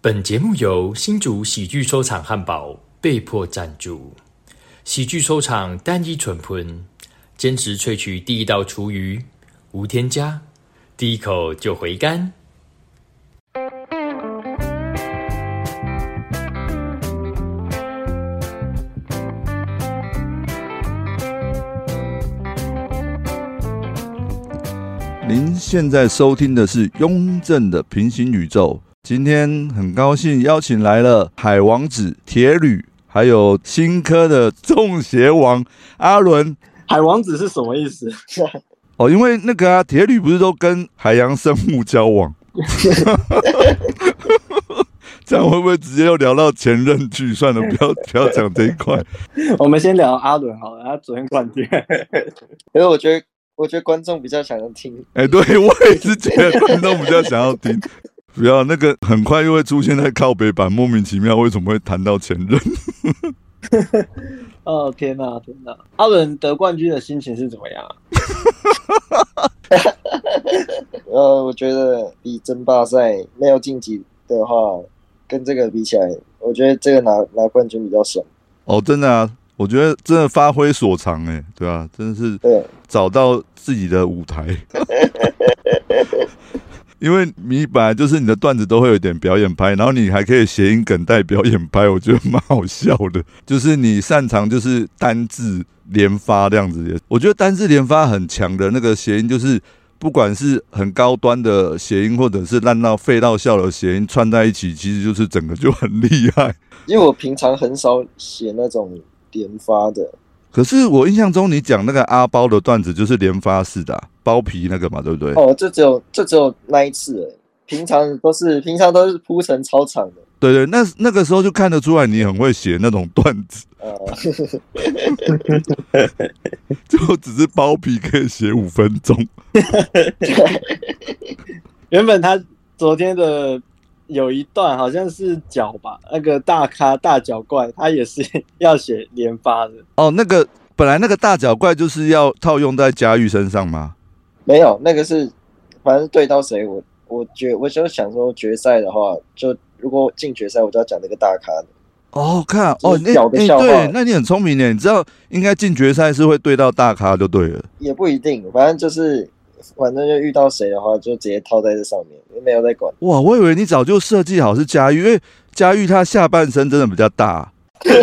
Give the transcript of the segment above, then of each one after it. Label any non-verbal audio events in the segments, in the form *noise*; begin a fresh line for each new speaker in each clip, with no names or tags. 本节目由新竹喜剧收场汉堡被迫赞助。喜剧收场单一纯烹，坚持萃取第一道厨余，无添加，第一口就回甘。
您现在收听的是雍正的平行宇宙。今天很高兴邀请来了海王子铁铝，还有新科的中邪王阿伦。 *laughs*
海王子是什么意 *laughs* 思？
哦，因为那个啊，铁铝不是都跟海洋生物交往？ *laughs* 这样会不会直接又聊到前任剧？算了，不要不要讲这一块。 *laughs*
我们先聊阿伦好了，他昨天冠军。
因为我觉得，我觉得观众比较想要听，
哎、对我也是觉得观众比较想要听。不要那个，很快又会出现在靠北版，莫名其妙为什么会谈到前任？
哦天哪、天哪、阿伦得冠军的心情是怎么样啊？
呃，我觉得比争霸赛没有晋级的话，跟这个比起来，我觉得这个拿拿冠军比较爽。
哦，真的啊，我觉得真的发挥所长哎、对啊，真的是
对，
找到自己的舞台。 *laughs* 因为你本来就是你的段子都会有一点表演拍，然后你还可以谐音梗带表演拍，我觉得蛮好笑的。就是你擅长就是单字连发这样子，我觉得单字连发很强的那个谐音，就是不管是很高端的谐音，或者是烂到废到笑的谐音串在一起，其实就是整个就很厉害。
因为我平常很少写那种连发的，
可是我印象中，你讲那个阿包的段子就是连发式的啊、包皮那个嘛，对不对？
哦，这只有这只有那一次而已，平常都是平常都是铺成超长的。
对对，那那个时候就看得出来你很会写那种段
*laughs*
子，
呃，
就只是包皮可以写五分钟。
原本他昨天的有一段好像是脚吧，那个大咖大脚怪，他也是 *laughs* 要写连发的。
哦，那个本来那个大脚怪就是要套用在佳玉身上吗？
没有，那个是反正对到谁，我我决我就想说决赛的话，就如果进决赛，我就要讲那个大咖的。
哦，看哦，
就是
那
小的
哎
笑话
对，那你很聪明呢，你知道应该进决赛是会对到大咖就对了。
也不一定，反正就是，反正就遇到谁的话，就直接套在这上面，没有在管。
哇，我以为你早就设计好是佳玉，因为佳玉她下半身真的比较大，所以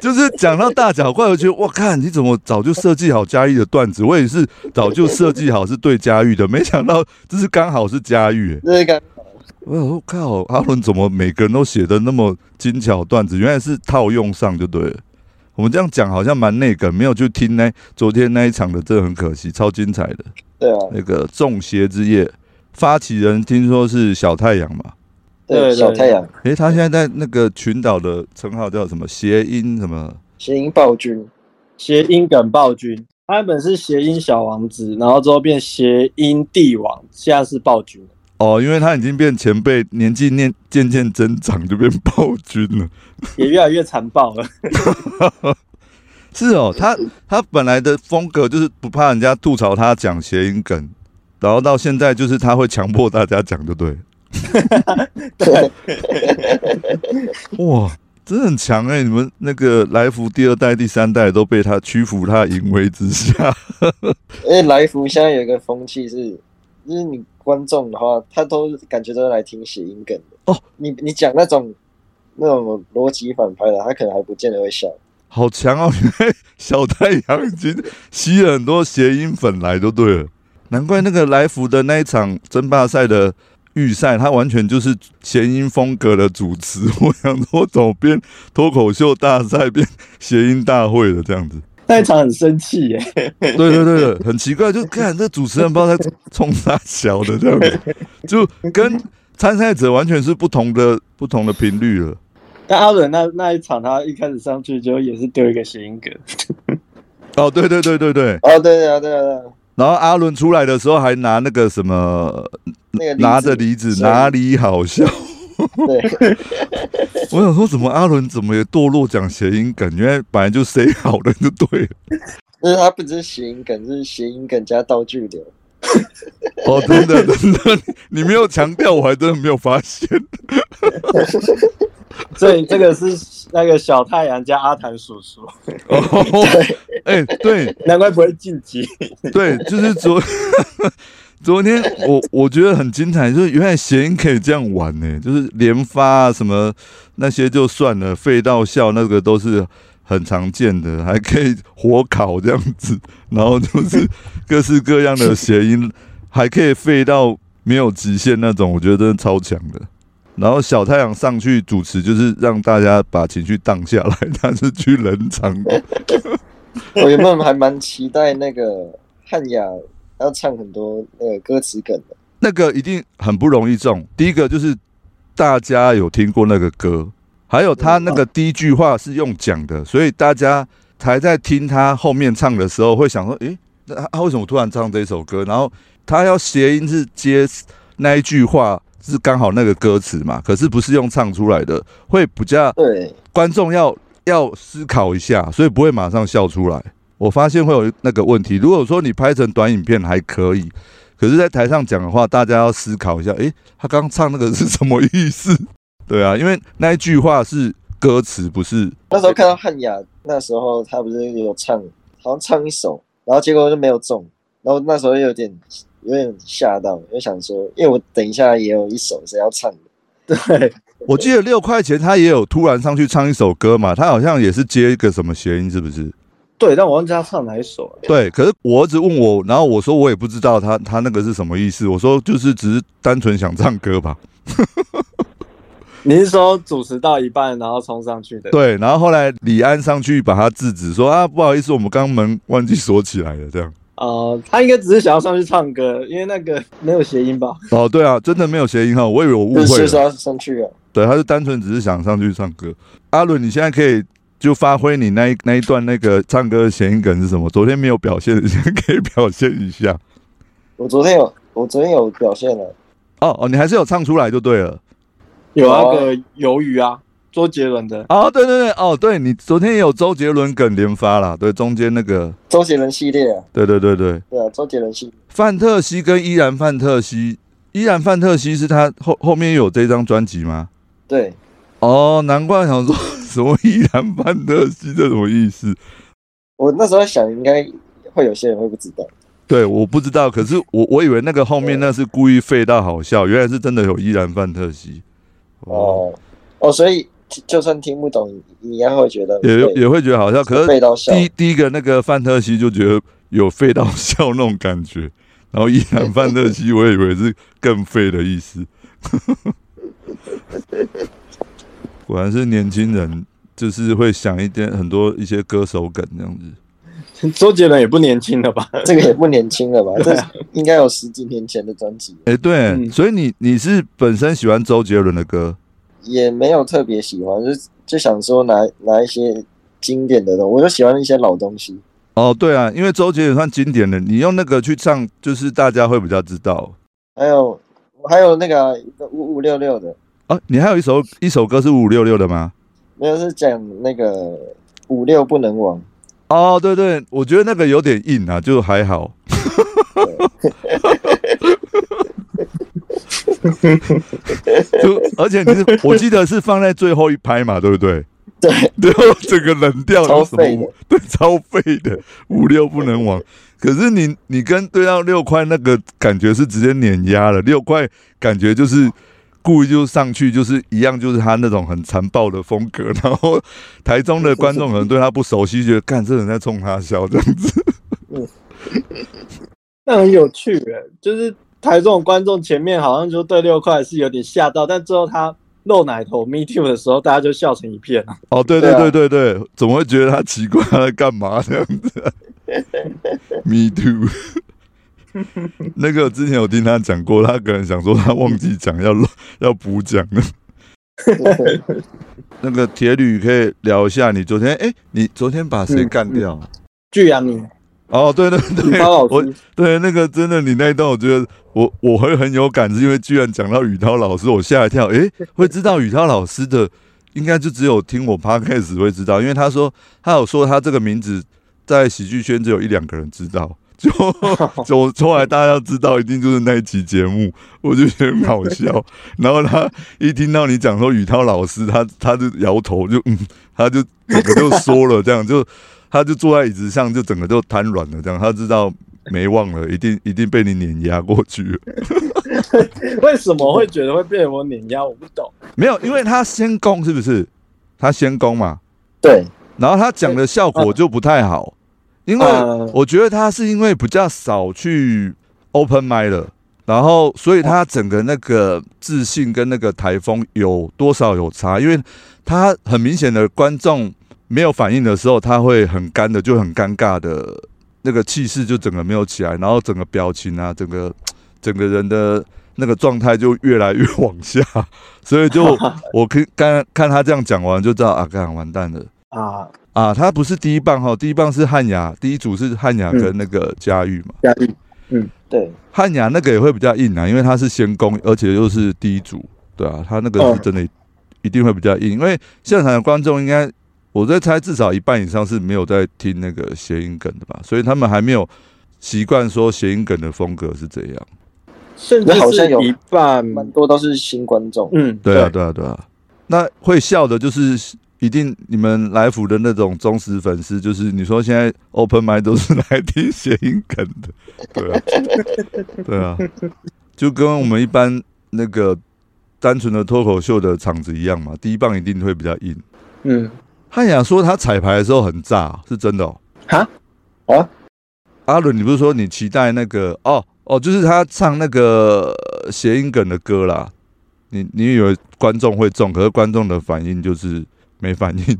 就是讲到大脚怪，我觉得哇，看你怎么早就设计好佳玉的段子，我也是早就设计好是对佳玉的，没想到这是刚好是佳玉、欸，
这是刚
我想说靠，阿伦怎么哦每个人都写的那么精巧段子，原来是套用上就对了。我们这样讲好像蛮内梗，没有去听那昨天那一场的，真的很可惜，超精彩的。
对啊，
那个中邪之夜，发起人听说是小太阳嘛？
对对
小太阳
诶，他现在在那个群岛的称号叫什么？谐音什么？
谐音暴君，
谐音梗暴君，他原本是谐音小王子，然后之后变谐音帝王，现在是暴君。
哦，因为他已经变前辈，年纪念渐渐增长，就变暴君了。
也越来越残暴了。 *laughs*
是哦，他他本来的风格就是不怕人家吐槽他讲谐音梗，然后到现在就是他会强迫大家讲，就对。哇，真的很强哎、你们那个来福第二代、第三代都被他屈服他的淫威之下。
因为来福现在有一个风气是，就是你观众的话，他都感觉都是来听谐音梗的。
哦，
你你讲那种那种逻辑反派的，他可能还不见得会笑。
好强哦！因为小太阳已经吸了很多谐音粉来，就对了。难怪那个来福的那一场争霸赛的预赛，他完全就是谐音风格的主持。我想说，怎么变脱口秀大赛变谐音大会了这样子？
那一场很生气耶，
对对对对，很奇怪，就看这主持人不知道在冲啥小的这样子，就跟参赛者完全是不同的不同的频率了。
但阿伦那那一场他一开始上去就也是丢一个谐音梗，
哦，对对对对对，
哦，对啊，对啊，对啊，
然后阿伦出来的时候还拿那个什么
那
*laughs*
个
拿着梨子啊
是
哪里好笑？
对，
*laughs* 我想说，怎么阿伦怎么也堕落讲谐音梗？原来本来就谁好人就对了。
就是他不只是谐音梗，就是谐音梗加道具流。
*laughs* 哦，真 *laughs* 的真的，你没有强调，我还真的没有发 *laughs* 现。
所以这个是那个小太阳加阿谭叔叔，
哦，哎、对
*laughs* 难怪不会晋级。
对，就是昨 *laughs* 昨天我我觉得很精彩，就是原来谐音可以这样玩呢、就是连发啊什么那些就算了，废到笑那个都是很常见的，还可以火烤这样子，然后就是各式各样的谐音，还可以废到没有极限那种，我觉得真的超强的。然后小太阳上去主持，就是让大家把情绪荡下来，他是去冷场的。
我原本还蛮期待那个汉雅要唱很多那个歌词梗的，
那个一定很不容易中。第一个就是大家有听过那个歌，还有他那个第一句话是用讲的，所以大家还在听他后面唱的时候，会想说：诶，那他他为什么突然唱这首歌？然后他要谐音是接那一句话是刚好那个歌词嘛，可是不是用唱出来的，会比较
对，
观众要要思考一下，所以不会马上笑出来。我发现会有那个问题。如果说你拍成短影片还可以，可是，在台上讲的话，大家要思考一下，诶、他刚唱那个是什么意思？ *laughs* 对啊，因为那一句话是歌词，不是
那时候看到汉雅，那时候他不是有唱，好像唱一首，然后结果就没有中，然后那时候有点有点吓到，就想说，因为我等一下也有一首是要唱的，
对，
我记得六块钱他也有突然上去唱一首歌嘛，他好像也是接一个什么谐音，是不是？
对，但我忘记他唱哪一首了。
对，可是我儿子问我，然后我说我也不知道他他那个是什么意思，我说就是只是单纯想唱歌吧。
你是说主持到一半然后冲上去的？，
对，然后后来李安上去把他制止，说啊，不好意思，我们刚门忘记锁起来了，这样。
呃，他应该只是想要上去唱歌，因为那个没有谐音吧？
哦，对啊，真的没有谐音哈，我以为我误
就是
会
说
了。
要上去了，
对，他是单纯只是想上去唱歌。阿伦，你现在可以就发挥你那一那一段那个唱歌的谐音梗是什么？昨天没有表现的，现在可以表现一下。
我昨天有我昨天有表现了，
*laughs* 哦哦，你还是有唱出来就对了。
有啊那个鱿鱼啊，周杰伦的，
哦，对对对，哦，对你昨天也有周杰伦梗连发啦，对，中间那个，
周杰伦系列啊，
对对对对。
对啊，周杰伦系列，
范特西跟依然范特西，依然范特西是他后后面有这张专辑吗？
对，
哦，难怪想说什么依然范特西这什么意思？
我那时候想应该会有些人会不知道，
对，我不知道，可是我我以为那个后面那是故意废到好笑，原来是真的有依然范特西。哦，
哦哦，所以就就算听不懂，你应该会觉得
也
对
也会觉得好笑，可
被
是
到笑，
第一第一个那个范特西就觉得有废到笑那种感觉，然后依然范特西我以为是更废的意思， *laughs* 果然是年轻人，就是会想一点很多一些歌手梗这样子。
*laughs* 周杰伦也不年轻了吧？
这个也不年轻
*laughs*
了吧？这应该有十几年前的专辑，
哎、对，
嗯
所以你你是本身喜欢周杰伦的歌，
也没有特别喜欢，就就想说拿拿一些经典的东西，我就喜欢一些老东西。
哦，对啊，因为周杰伦算经典的，你用那个去唱，就是大家会比较知道。
还有还有那个五五六六的，
哦、你还有一首一首歌是五五六六的吗？
没有是讲那个五六不能
*laughs*
亡，
哦，对对，我觉得那个有点硬啊，就还好。 *laughs* 就而且你是，我记得是放在最后一拍嘛，对不 *laughs* 对？
对，
然后整个冷掉，
超
有什么
废的
五对，超废的五六不能亡。可是你你跟对到六块那个感觉是直接碾压了，六块感觉就是故意就上去，就是一样，就是他那种很残暴的风格。然后台中的观众可能对他不熟悉，觉得干这人在冲他笑这 *laughs* 样子。
*laughs* 那很有趣耶，就是台中的观众前面好像就对六块是有点吓到，但最后他露奶头 Me Too 的时候，大家就笑成一片啊。
哦，对对
对
对对
啊
对，怎么会觉得他奇怪？他在干嘛这样 *laughs* 子、Me too 。那个之前有听他讲过，他可能想说他忘记讲要 *laughs* 要补讲了。那个铁铝可以聊一下，你昨天哎、你昨天把
嗯
谁干掉？
巨阳 *laughs* 你
哦，对对
你
对，
包老
我
师，
*laughs* 对那个真的，你那一段我觉得我我会很有感，是因为居然讲到宇涛老师，我吓一跳。诶，会知道宇涛老师的，应该就只有听我 podcast 会知道，因为他说他有说他这个名字在喜剧圈只有一两个人知道，就就后来大家要知道，一定就是那一期节目，我就觉得很好笑。然后他一听到你讲说宇涛老师，他他就摇头，就嗯，他就整个就缩了，这样就他就坐在椅子上，就整个就瘫软了，这样他知道没忘了，一定一定被你碾压过去了。
*laughs* 为什么会觉得会被我碾压？我不懂。
没有，因为他先攻是不是？他先攻嘛，
对，
然后他讲的效果就不太好，因为
嗯
我觉得他是因为比较少去 open m i 了，然后所以他整个那个自信跟那个台风有多少有差，因为他很明显的观众没有反应的时候，他会很干的，就很尴尬的那个气势就整个没有起来，然后整个表情啊，整个整个人的那个状态就越来越往下，所以就我可以刚看他这样讲完就知道啊，干完蛋了。
啊，
啊，他不是第一棒哈，第一棒是汉雅，第一组是汉雅跟那个佳玉嘛。
压力
对，
汉雅那个也会比较硬啊，因为他是先攻，而且又是第一组，对啊，他那个是真的一定会比较硬，因为现场的观众应该，我在猜至少一半以上是没有在听那个谐音梗的吧，所以他们还没有习惯说谐音梗的风格是怎样。
甚至
那好像
是
有
一半，
蛮多都是新观众，
嗯，
对啊，对啊，对啊。那会笑的，就是一定你们来福的那种忠实粉丝，就是你说现在 open m i 都是来听谐音梗的，对啊，对啊，就跟我们一般那个单纯的脱口秀的场子一样嘛，第一棒一定会比较硬。
嗯，
汉雅说他彩排的时候很炸，是真的哦。
哈
哦
啊，
阿伦，你不是说你期待那个哦哦，就是他唱那个呃谐音梗的歌啦？你你以为观众会中，可是观众的反应就是没反应。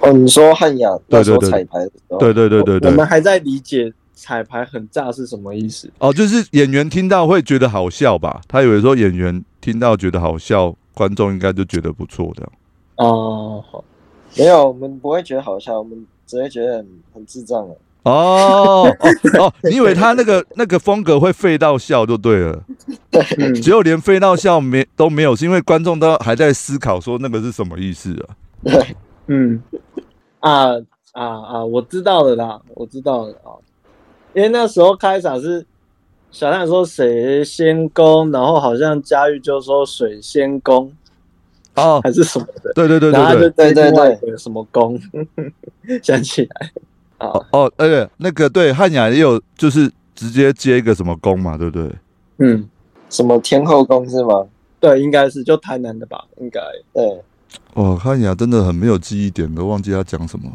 哦，你说汉雅
对对
那时候
对
彩排的时候，
对对对对
哦我
对，
们还在理解彩排很炸是什么意思。
哦，就是演员听到会觉得好笑吧？他以为说演员听到觉得好笑，观众应该就觉得不错的。
哦，好
没有，我们不会觉得好笑，我们只会觉得很很智障啊了。
哦哦哦，你以为他那个那个风格会废到笑就对了，
嗯，
结果连废到笑没都没有，是因为观众都还在思考说那个是什么意思啊？
嗯，啊啊啊！我知道了啦，我知道了啊。因为那时候开场是小亮说谁先攻，然后好像佳玉就说水先攻
哦，
还是什么的，
对对对
然后
对
他
对
就。对
对对对
什么攻， *laughs* 想起来啊，
哦哦，而且那个对汉雅也有，就是直接接一个什么工嘛，对不对？
嗯，
什么天后宫是吗？
对，应该是就台南的吧，应该
对，
哦，汉雅真的很没有记忆点，都忘记他讲什么。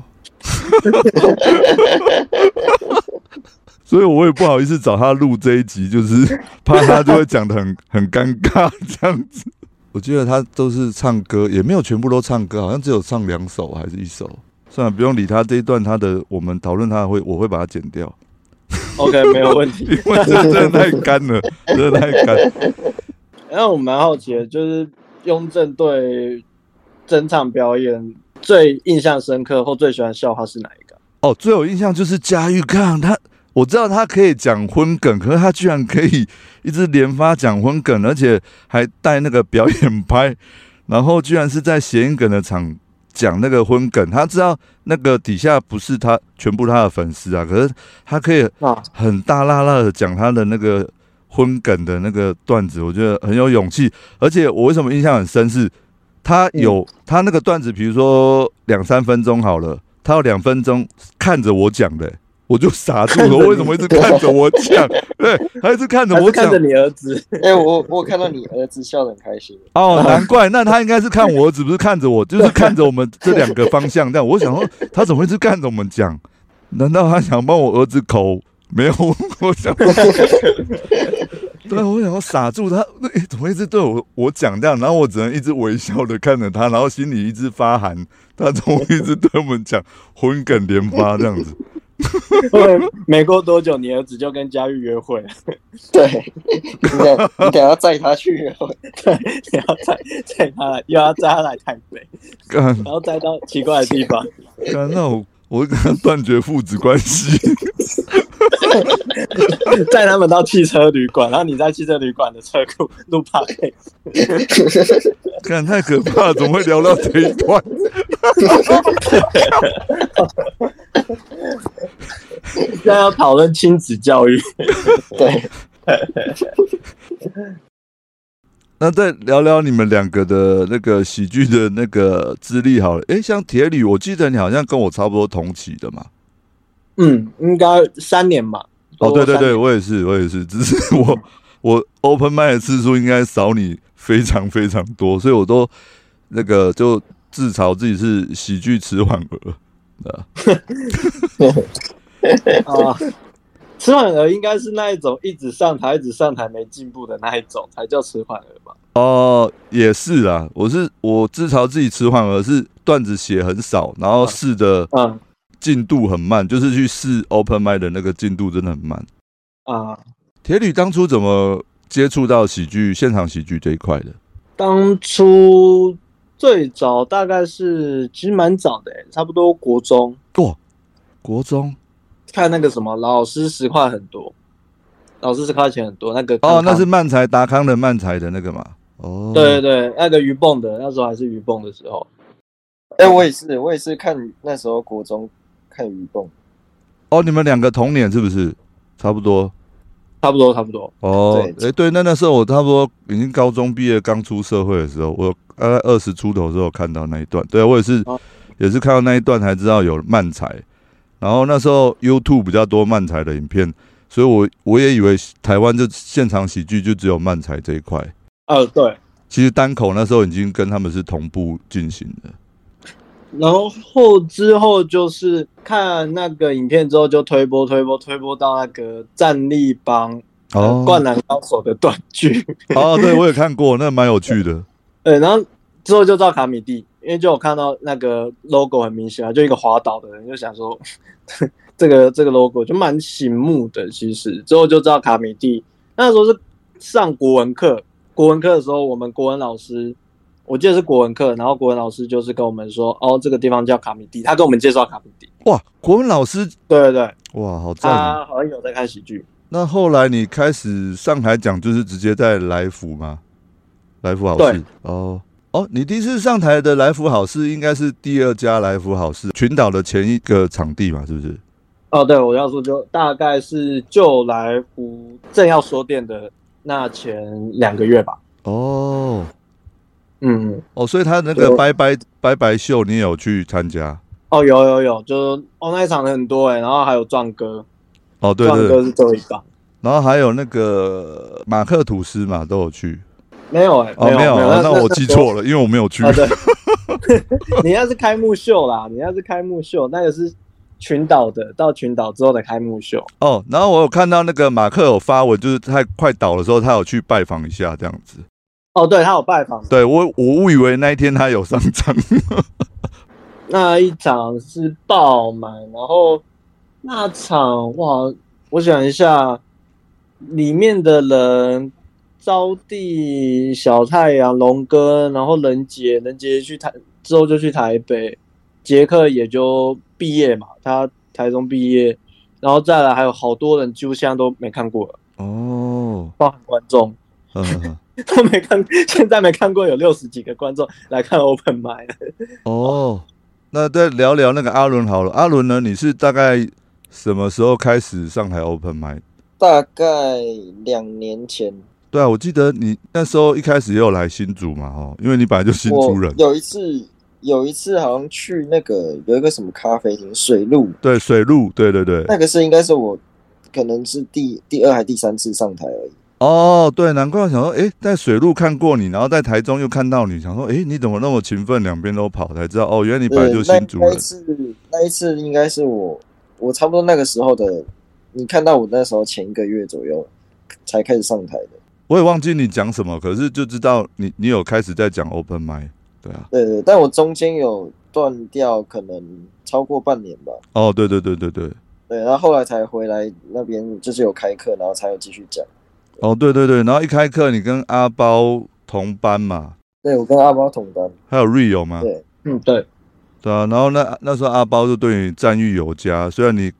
所以我也不好意思找他录这一集，就是怕他就会讲的很很尴尬这样子。我记得他都是唱歌，也没有全部都唱歌，好像只有唱两首还是一首。算了，不用理他这一段，他的我们讨论他会，我会把它剪掉。
OK 没有问 *laughs* 题。
因为这真的太干了，真的太干。
那我蛮好奇的，就是雍正对整场表演最印象深刻或最喜欢的笑话是哪一个？
哦，最有印象就是嘉玉康，他我知道他可以讲荤梗，可是他居然可以一直连发讲荤梗，而且还带那个表演拍，然后居然是在谐音梗的场讲那个荤梗。他知道那个底下不是他全部他的粉丝啊，可是他可以
啊，
很大辣辣的讲他的那个荤梗的那个段子，我觉得很有勇气。而且我为什么印象很深是，他有、
嗯
他那个段子，比如说两三分钟好了，他有两分钟看着我讲的、我就傻住了，为什么一直看着我
*laughs*
讲？对，他一直看着
还
我
是
讲
看着，你儿子？ *laughs*
哎、我我看到你儿子笑得很开心，
哦，难怪，那他应该是看我儿子，不是看着我，就是看着我们这两个方向。但我想说，他怎么会是看着我们讲？难道他想帮我儿子口？没有，我想说，对，啊我想要傻住他，诶怎么一直对我我讲这样？然后我只能一直微笑的看着他，然后心里一直发寒，他怎么一直对我们讲荤梗连发这样子？
对，没过多久，你儿子就跟佳玉约会了， *laughs*
对，你等你等下载他去哦，
然后载载他来，又要载他来台北，
干
然后载到奇怪的地方。 *laughs*
干，那我我跟他断绝父子关系。
载他们到汽车旅馆，然后你在汽车旅馆的车库录 p o d c
看太可怕了，怎么会聊到这一段？
*laughs* 现在要讨论亲子教育，
对，
那再聊聊你们两个的那个喜剧的那个资历好了。诶，像铁旅，我记得你好像跟我差不多同期的嘛。
嗯，应该三年吧。
哦，对对
多
对，
三年，
我也是，我也是，只是我 *laughs* 我 open m i 的次数应该少你非常非常多，所以我都那个就自嘲自己是喜剧迟缓儿。
*laughs* 啊，迟缓儿应该是那一种一直上台、一直上台没进步的那一种，才叫迟缓儿吧？
哦，也是啦，我是我自嘲自己迟缓儿是段子写很少，然后试的
嗯
进度很慢，就是去试 open m i 的那个进度真的很慢。
啊，
铁旅当初怎么接触到喜剧、现场喜剧这一块的？
当初最早大概是其实蛮早的、欸差不多国中
哇，国中
看那个什么老师十块很多，老师十块钱很多那个
哦，
康康
那是漫才达康的漫才的那个嘛？哦，
对对对，那个鱼蹦的那时候还是鱼蹦的时候，
哎，我也是，我也是看那时候国中看鱼蹦，
哦，你们两个同年是不是？差不多
差不多差不多。
哦，
对
哎、对，那那时候我差不多已经高中毕业，刚出社会的时候，我大概二十出头的时候有看到那一段，对啊我也是，
哦
也是看到那一段才知道有漫才，然后那时候 YouTube 比较多漫才的影片，所以我我也以为台湾就现场喜剧就只有漫才这一块，
呃，对，
其实单口那时候已经跟他们是同步进行的。
然后之后就是看那个影片之后就推波推波推波到那个战力帮、呃、灌篮高手的短剧，
哦，对我也看过，那蛮有趣的。
*laughs* 对，然后之后就到卡米蒂，因为就有看到那个 logo 很明显啊，就一个滑倒的人，就想说 *laughs* 这个这个 logo 就蛮醒目的。其实之后就知道卡米蒂，那时候是上国文课，国文课的时候，我们国文老师。我记得是国文课，然后国文老师就是跟我们说，哦，这个地方叫卡米蒂，他跟我们介绍卡米蒂。
*laughs* 哇，国文老师，
对对对，
哇，好赞、哦！
他好像有在看喜剧，
那后来你开始上台讲，就是直接在来福吗？来福好事
对
哦哦，你第一次上台的来福好事应该是第二家来福好事群岛的前一个场地嘛，是不是？
哦，对，我要说就大概是就来湖正要说店的那前两个月吧。
哦
嗯，
哦，所以他那个
对
拜拜拜拜秀你也有去参加？
哦，有有有，就是哦那一场很多哎、然后还有壮哥，
哦，对
壮
对
哥
对，
是最后一棒，
然后还有那个马克吐司嘛，都有去。
没有哎、
哦，
没
没有，
没有，
哦
那
那我记错了，因为我没有去
啊，。对， *laughs* 你那是开幕秀啦，你那是开幕秀，那个是群岛的，到群岛之后的开幕秀，
*laughs* 哦，然后我有看到那个马克有发文，就是他快倒的时候，他有去拜访一下这样子。
哦，对他有拜访，
对我，我误以为那一天他有上场。 *laughs*
那一场是爆满，然后那场哇，我想一下，里面的人，招娣、小太阳、龙哥，然后仁杰，仁杰去台之后就去台北，杰克也就毕业嘛，他台中毕业，然后再来还有好多人，几乎现在都没看过了，
哦，
包含观众
嗯，
都没看， *laughs* 现在没看过有六十几个观众来看 Open m i
哦，那再聊聊那个阿伦好了。阿伦呢，你是大概什么时候开始上台 open m i
大概两年前，
对啊，我记得你那时候一开始也有来新竹嘛，哦，因为你本来就新
我
竹人。
有一次，有一次好像去那个有一个什么咖啡厅，水路，
对，水路，对对对。
那个是应该是我可能是第第二还第三次上台而已。
哦，对，难怪我想说，诶，在水路看过你，然后在台中又看到你，想说，诶，你怎么那么勤奋，两边都跑，才知道哦，原来你本来就
呃那
新竹
那
人
一。次，那一次应该是我我差不多那个时候的，你看到我那时候前一个月左右才开始上台的。
我也忘记你讲什么，可是就知道你你有开始在讲 open m i 对啊，
对对，但我中间有断掉，可能超过半年吧。
哦，对对对对对，
对，然后后来才回来那边，就是有开课，然后才有继续讲。
哦对对对，然后一开课你跟阿包同班嘛，
对我跟阿猫同班，
还有 Rio 嘛，
对
嗯，对，
对啊，然后那那时候阿包就对你赞誉有加，虽然你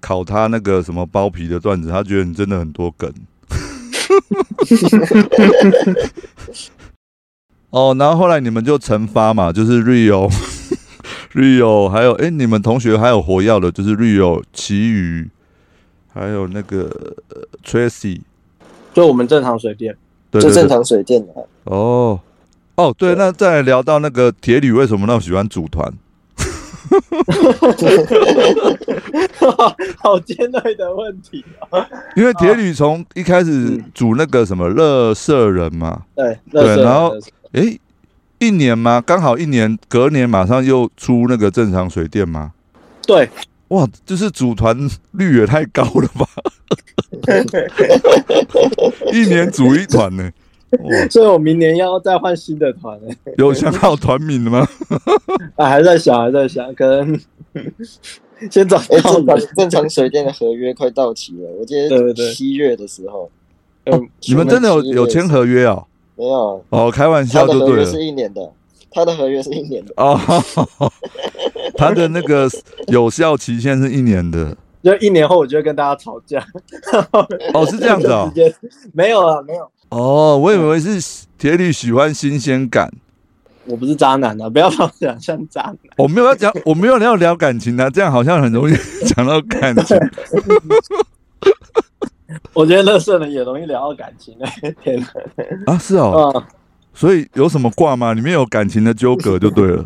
考他那个什么包皮的段子，他觉得你真的很多梗。哦，然后后来你们就惩罚嘛，就是 Rio、Rio 还有哎，你们同学还有活药的，就是 Rio、奇宇，还有那个呃 Tracy，
就我们正常水电，
对
就
对
正
对，
常水电的啊、
哦哦对，那再来聊到那个铁旅为什么那么喜欢组团？
*laughs* 好尖锐的问题啊！
因为铁旅从一开始组那个什么乐色人嘛，
对，
对
垃圾
然后
垃圾
诶、一年嘛，刚好一年，隔年马上又出那个正常水电嘛，
对，
哇，就是组团率也太高了 *laughs* 吧，一年组一团呢、哇，
所以我明年要再换新的团 *laughs* 了
有想好团名的吗？
啊，还在想，还在想，可能 *laughs* 先找
哎、
到
正
人
*laughs*
常正常水电的合约快到期了，我记
对
得
对对
七月的时候，
嗯
*laughs* 你们真的有
七月
有签合约哦？
没有？啊
哦，开玩
他
笑
的
就
合
对
约
了
是一年的，他的合约是一年的，
哦， *laughs* 他的那个有效期限是一年的
*laughs* 就一年后我就会跟大家吵架，
哦，是这样子哦
*laughs* 直，接没有啊了，没有，
哦，我以为是铁旅喜欢新鲜感，
我不是渣男啊，不要把我想象渣男，
我没有要
*laughs*
讲，我没有要聊感情啊，这样好像很容易讲到感
*laughs*
情。
我觉得乐色人也容易聊到感情欸天哪，
啊，是哦，
啊，
所以有什么挂吗？里面有感情的纠葛就对
*laughs*
了。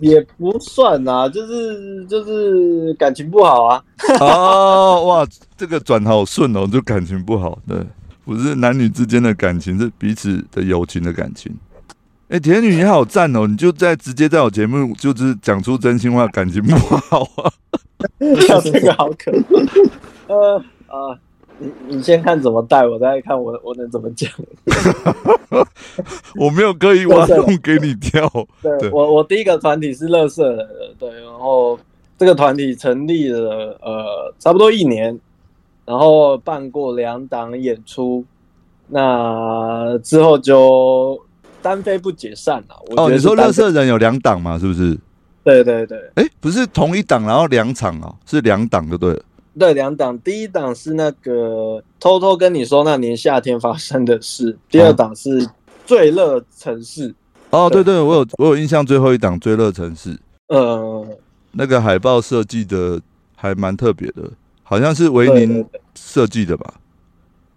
也不算啊，就是就是感情不好啊，
哦，哇，这个转好顺哦，就感情不好，对，不是男女之间的感情，是彼此的友情的感情。哎、铁女你好赞哦，你就在直接在我节目就是讲出真心话，感情不好啊。
这个好可怕，呃啊。你你先看怎么带，我再看我我能怎么讲。
我没有刻意挖洞给你跳，对
对我我第一个团体是乐色人，对，然后这个团体成立了呃差不多一年，然后办过两档演出，那之后就单飞不解散了。我觉
哦，
得
你
是
说
单
乐色人有两档嘛，是不是？
对对对
哎、不是同一档，然后两场哦，是两档就对了。
对两档，第一档是那个偷偷跟你说那年夏天发生的事，第二档是最乐城市，
哦，对
对
对，我有我有印象，最后一档《追乐城市》
呃，
那个海报设计的还蛮特别的，好像是维
对对
宁设计的吧？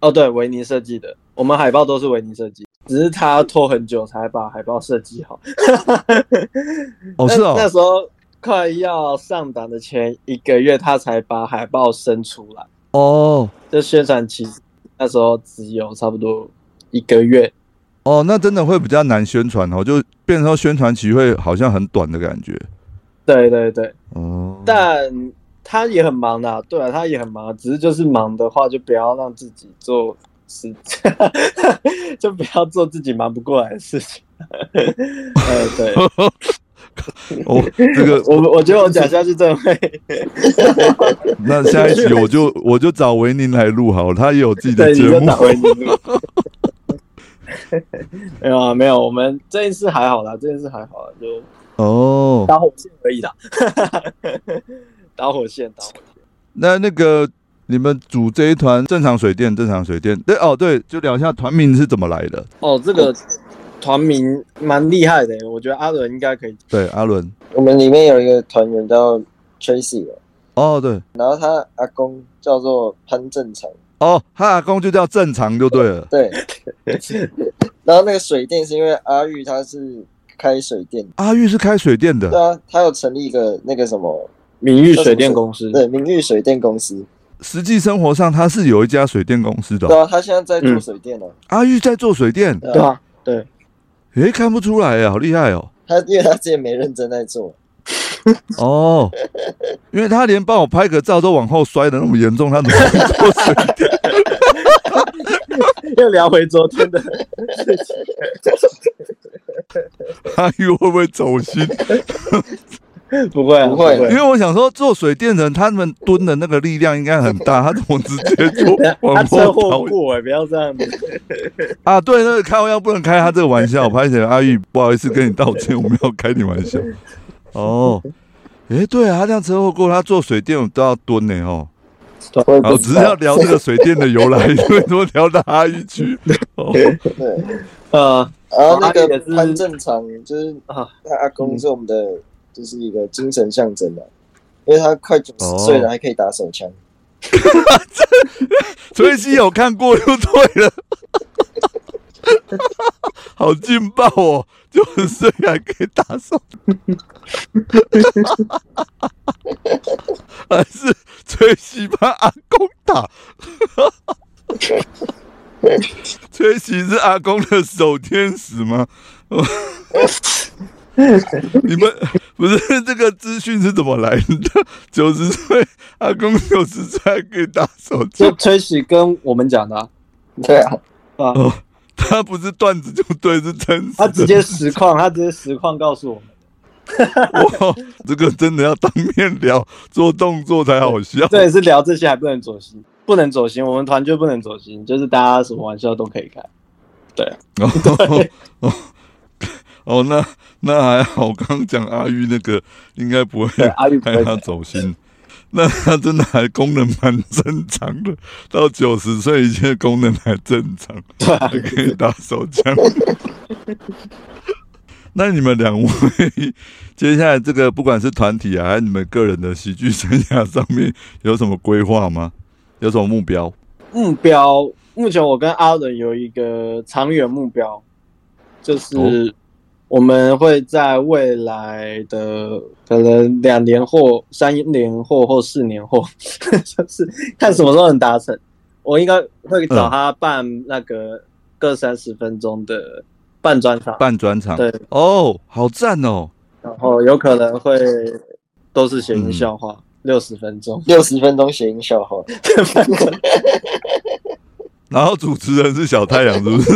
哦，对，维尼设计的，我们海报都是维尼设计，只是他拖很久才把海报设计好。
哦，
那
是
那
哦，
时候快要上档的前一个月，他才把海报生出来。
哦
这宣传期那时候只有差不多一个月。
哦，那真的会比较难宣传哦，就变成说宣传期会好像很短的感觉。
对对对，
哦，
但他也很忙的、对啊，他也很忙，只是就是忙的话，就不要让自己做事， *laughs* 就不要做自己忙不过来的事情。 *laughs* 呃，对。
哦，这个
我我觉得我讲下去真的会，
那下一集我就我就找维宁来录好了，他也有自己的
对，
节
你就
目
打。回你录。 *laughs* 没有啊，没有，我们这件事还好啦，这件事还好啦，就
哦，
打火线而已啦。 *laughs* 打火线，打火线。
那那个你们组这一团正常水电，正常水电，对哦对，就聊一下团名是怎么来的。
哦，这个团名蛮厉害的，我觉得阿伦应该可以。
对，阿伦，
我们里面有一个团员叫 Tracy 的
哦对，
然后他阿公叫做潘正常，
哦，他阿公就叫正常就对了。
*laughs* 对，然后那个水电是因为阿玉他是开水电的，
阿玉是开水电
对
的，
啊，他有成立一个那个什么，
名誉水电公司，
对，名誉水电公司，
实际生活上他是有一家水电公司的哦、
对啊，他现在在做水电了、
阿玉在做水电，
对
对
啊，
吧？对，
诶，看不出来啊，好厉害哦。
他因为他之前没认真在做， *laughs*
哦，因为他连帮我拍个照都往后摔的那么严重，他怎么会做水电？ *laughs*
又啊聊回昨天 *laughs* 的，
阿玉会不会走心？
不会啊，
不会
因为我想说，做水电人他们蹲的那个力量应该很
*laughs*
大，他怎么直接就
他
往
车
后
祸
倒？
过哎，不要
*laughs*
这样子。
啊，对，那个开玩笑不能开他这个玩笑，拍起来阿玉不好意思跟你道歉，我们要开你玩
*laughs*
笑。哦，诶，对啊，他这样车祸过，他做水电我们都要蹲呢、
*laughs*
哦。
我也
好，
不
只
知
是要
道，
聊这个水电的由来，为什么聊到阿玉去？哦，
对，
呃，
然后那
阿玉也
个
是
潘正常就是
啊，
他阿公是我们啊嗯哦的就是一个精神象征嘛，因为他快九十岁了还可以打手枪，
所以是有看过就对了。好劲爆哦！就是虽然可以打手，还是崔西帮阿公打。崔西是阿公的守天使吗？ *laughs* 你们不是这个资讯是怎么来的？九十岁阿公九十岁还可以打手
就
枪
崔喜跟我们讲的啊、
对啊，
啊，
哦， *laughs* 他不是段子就对，是真实的。*laughs*
他直接实况，他直接实况告诉我们，
哇，这个真的要当面聊，做动作才好笑。
这也是聊这些还不能走心，不能走心，我们团就不能走心，就是大家什么玩笑都可以开。
哦 *laughs* 哦 *laughs* 哦，那那还好，我刚刚讲阿玉那个应该不会
对，阿玉不
害 *laughs*
会
他
讲，
走心。那他真的还功能蛮正常的，到九十岁一切功能还正常，
对啊
还可以打手枪。 *laughs* 那你们两位接下来这个不管是团体啊，还是你们个人的喜剧生涯上面有什么规划吗？有什么目标？
目标目前我跟阿伦有一个长远目标，就是
哦
我们会在未来的可能两年后、三年后或四年后， *laughs* 就是看什么时候能达成。我应该会找他办那个各三十分钟的半专场，
办专场
对，
哦，好赞哦！
然后有可能会都是谐音笑话，六十分钟
六十分钟谐音笑话，
然后主持人是小太阳，是不是？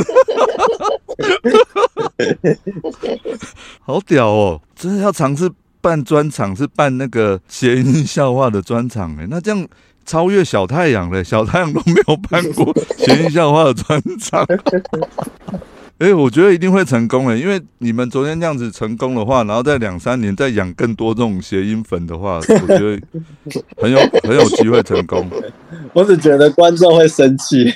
好屌哦！真的要尝试办专场，是办那个谐音笑话的专场哎。那这样超越小太阳嘞，小太阳都没有办过谐音笑话的专场。 *laughs* 哎、我觉得一定会成功欸的，因为你们昨天那样子成功的话，然后在两三年再养更多这种谐音粉的话，我觉得很有很有机会成功。
*laughs* 我只觉得观众会生气。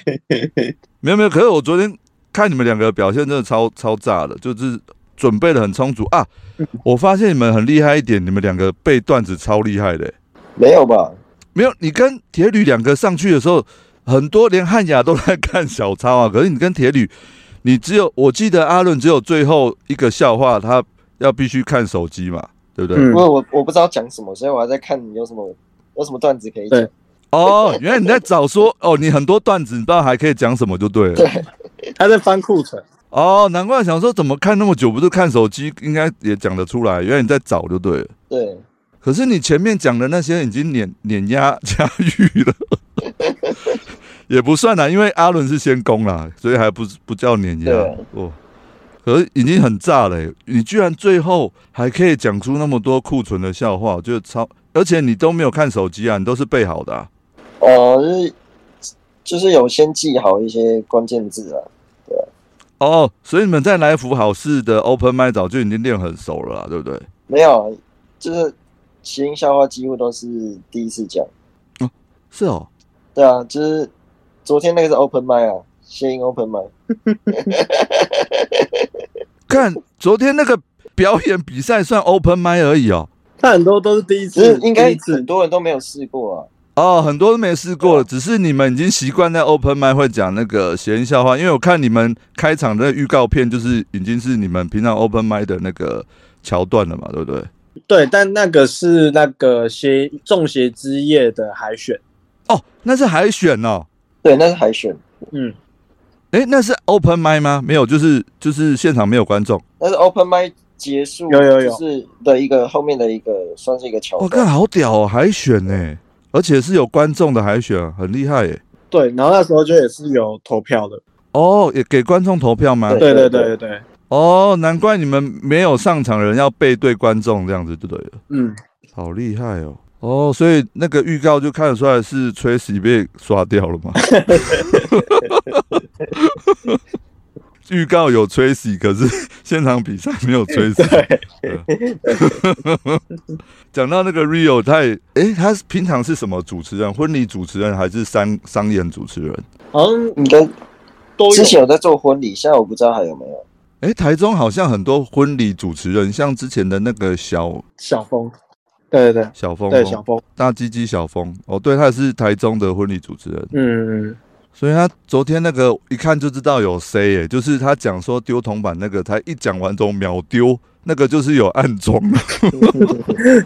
没有没有，可是我昨天看你们两个表现真的超超炸的，就是准备的很充足啊。我发现你们很厉害一点，你们两个背段子超厉害的、
*laughs* 没有吧？
没有，你跟铁铝两个上去的时候，很多连汉雅都在看小抄啊。可 *laughs* 是你跟铁铝，你只有我记得阿伦只有最后一个笑话，他要必须看手机嘛，对不对？
嗯
因为我我不知道讲什么，所以我还在看你有什么有什么段子可以讲
对。
哦，原来你在找说哦，你很多段子，你不知道还可以讲什么就对了。
他在翻库存，
哦，难怪想说怎么看那么久，不是看手机，应该也讲得出来。原来你在找就对了。
对，
可是你前面讲的那些已经碾碾压佳玉了， *laughs* 也不算啦，因为阿伦是先攻啦，所以还不不叫碾压
对
哦。可是已经很炸了欸、你居然最后还可以讲出那么多库存的笑话，我觉得超，而且你都没有看手机啊，你都是背好的、啊。
哦、就是就是有先记好一些关键字啊。
哦，所以你们在来福好事的 Open m i 早就已经练很熟了啊啦，对不对？
没有啊，就是谐音笑话几乎都是第一次讲。
是哦，
对啊，就是昨天那个是 open m i 啊，谐音 open m i
看昨天那个表演比赛算 Open m i 而已哦。
他很多都是第一
只
次
嗯是，应该
第一次
很多人都没有试过啊。
哦，很多都没试过，只是你们已经习惯在 open m i 会讲那个谐音笑话，因为我看你们开场的预告片，就是已经是你们平常 open m i 的那个桥段了嘛，对不对？
对，但那个是那个协中协之夜的海选，
哦，那是海选哦，
对，那是海选，
嗯，
诶，那是 open m i 吗？没有，就是就是现场没有观众。
那是 open m i 结束，
有有有
就是的一个后面的一个算是一个桥
我看
段。
好屌哦，海选呢，而且是有观众的海选，啊很厉害欸耶。
对，然后那时候就也是有投票的，
哦，也给观众投票吗？
对
对对对对对，
哦，难怪你们没有上场的人要背对观众这样子，就对了。
嗯，
好厉害哦！哦，所以那个预告就看得出来是 Tracy 被刷掉了嘛？预告有 Tracy，可是现场比赛没有 Tracy。对 *laughs* 讲到那个 Rio，他也，诶，他是平常是什么主持人？婚礼主持人还是商商演主持人？
好像
你的
都
之前
有，
有在做婚礼，现在我不知道还有没有。
诶，台中好像很多婚礼主持人，像之前的那个小
小峰，对对
小峰哦
对，对小
峰，
峰，
大鸡鸡小峰。哦，对，他也是台中的婚礼主持人，
嗯嗯
所以他昨天那个一看就知道有 C 耶，就是他讲说丢铜板那个，他一讲完之后秒丢，那个就是有暗装的。
嗯，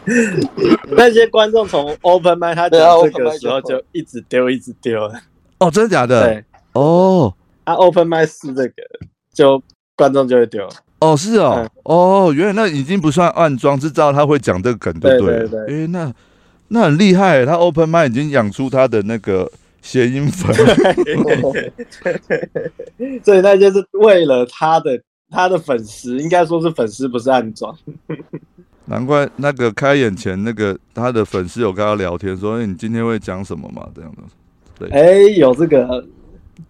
那些观众从 open m i 他
对啊
讲这
，open
个
mic
时候
就嗯
就一直丢，一直丢，
*laughs* 哦，真的假的？
对，
哦
啊 open m i 是这个，就观众就会丢，
哦是哦哦，原来那已经不算暗装，是知道他会讲这个梗就
对
对
对
了。诶，那那很厉害耶，他 Open m i 已经养出他的那个谐音 *laughs* 粉。
所以那就是为了他的他的粉丝，应该说是粉丝，不是暗装。
难怪那个开演前，那个他的粉丝有跟他聊天说：“哎、你今天会讲什么嘛？”这样子，
哎、有这个，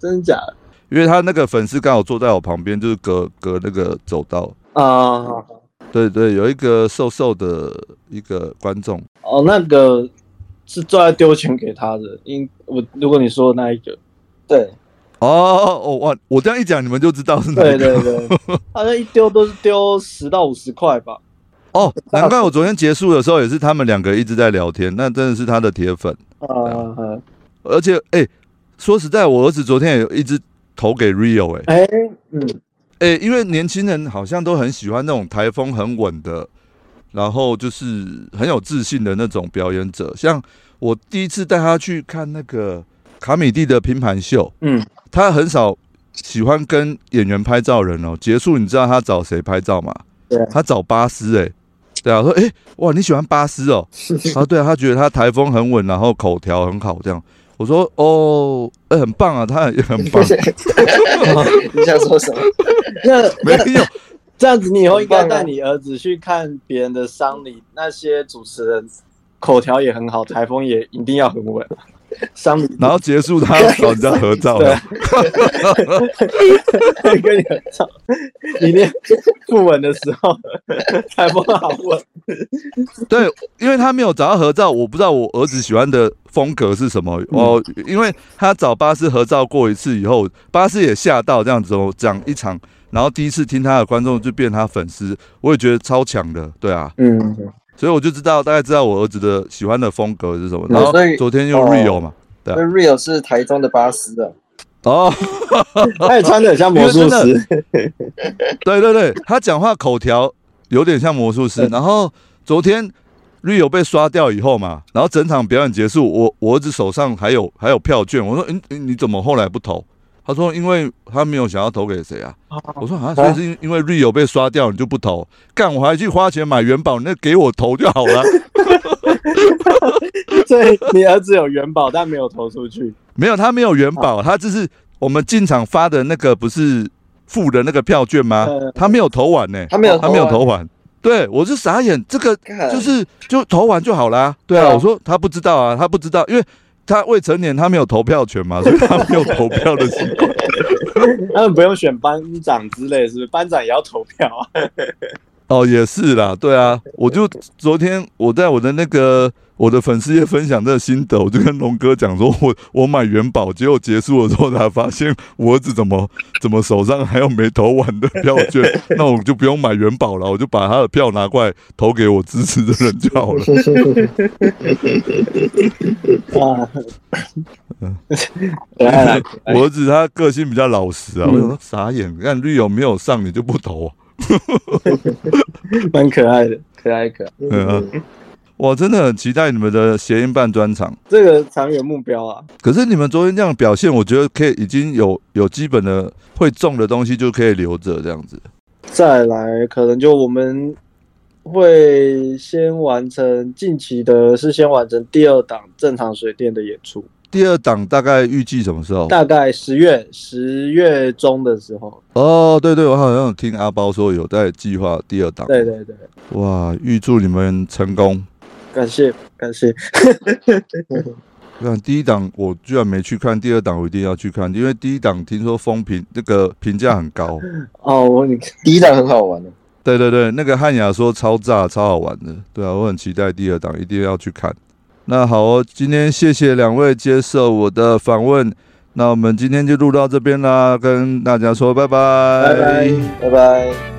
真假的
因为他那个粉丝刚好坐在我旁边，就是隔隔那个走道。
啊、
对对，有一个瘦瘦的一个观众，
哦，那个是最爱丢钱给他的，因我如果你说的那一个，
对， *laughs*
哦哦哦哇！我这样一讲，你们就知道是哪
对
一个 *laughs*
对对，好像一丢都是丢十到五十块吧。
哦。难怪我昨天结束的时候，也是他们两个一直在聊天，那真的是他的铁粉。
啊、
而且，哎、说实在，我儿子昨天也一直投给 Rio，哎、
哎、嗯，
诶，因为年轻人好像都很喜欢那种台风很稳的，然后就是很有自信的那种表演者。像我第一次带他去看那个卡米蒂的拼盘秀，
嗯，
他很少喜欢跟演员拍照人哦。结束，你知道他找谁拍照吗？
对啊
他找巴斯诶，对啊，我说诶，哇，你喜欢巴斯哦？啊，对啊，他觉得他台风很稳，然后口条很好，这样。我说哦，呃，很棒啊，他也很
*laughs*
棒，
你想说什么？
那
没
那
有。
这样子，你以后应该
很棒啊
带你儿子去看别人的丧礼，那些主持人口条也很好，台风也一定要很稳。 *laughs* 丧礼
然后结束他找人家合照
对
了
啊。 *laughs* 跟你合照，你连不稳的时候台风好稳。
对，因为他没有找到合照，我不知道我儿子喜欢的风格是什么哦。因为他找巴斯合照过一次以后，巴斯也吓到这样子哦，讲一场，然后第一次听他的观众就变他粉丝，我也觉得超强的，对啊，
嗯，
所以我就知道大概知道我儿子的喜欢的风格是什么。
嗯
然后
所以
昨天又
哦
Rio 嘛，对
那 Real 是台中的巴斯啊，
哦，
*laughs* 他也穿的很像魔术
因为
师。
对对对，他讲话口条有点像魔术师。然后昨天 Rio 被刷掉以后嘛，然后整场表演结束，我我儿子手上还有还有票券，我说，嗯，嗯你怎么后来不投？他说，因为他没有想要投给谁啊。我说啊，所以是因因为 Rio 被刷掉，你就不投？干，我还去花钱买元宝，那给我投就好了。
所以你儿子有元宝，但没有投出去。
没有，他没有元宝，他只是我们进场发的那个不是付的那个票券吗
嗯？
他没有投完呢、
他没有
*laughs* 哦
啊
他没有投完。对，我是傻眼，这个
干
就是就投完就好啦。对啊，
对啊
我说他不知道啊，他不知道，因为他未成年，他没有投票权 *laughs* 嘛，所以他没有投票的习惯。 *laughs*
他们不用选班长之类，是不是？班长也要投票 *laughs* 啊？
哦，也是啦，对啊，我就昨天我在我的那个我的粉丝页分享这个心得，我就跟龙哥讲说 *laughs* 我，我买元宝，结果结束的时候才发现我儿子怎么 *laughs* 怎么手上还有没投完的票 *laughs* 券，那我就不用买元宝了，我就把他的票拿过来投给我支持的人就好了。
*laughs* 啊，可爱啊啦可爱
我儿子他个性比较老实啊，我想说傻眼，看绿有没有上你就不投、啊，
蛮可爱的，可爱可爱。
嗯、啊，我真的很期待你们的谐音办专场。
这个长远目标啊，
可是你们昨天这样表现，我觉得可以已经有有基本的会中的东西就可以留着这样子。
再来可能就我们会先完成近期的，是先完成第二档正常水电的演出，
第二档大概预计什么时候？
大概十月十月中的时候。
哦，对对，我好像有听阿包说有在计划第二档。
对对对，
哇，预祝你们成功！
感谢感谢。
看第一档我居然没去看，第二档我一定要去看，因为第一档听说风评那个评价很高。
哦，我你
第一档很好玩的，
对对对，那个汉雅说超炸、超好玩的，对啊，我很期待第二档，一定要去看。那好哦，今天谢谢两位接受我的访问，那我们今天就录到这边啦，跟大家说拜拜
拜拜。
拜拜。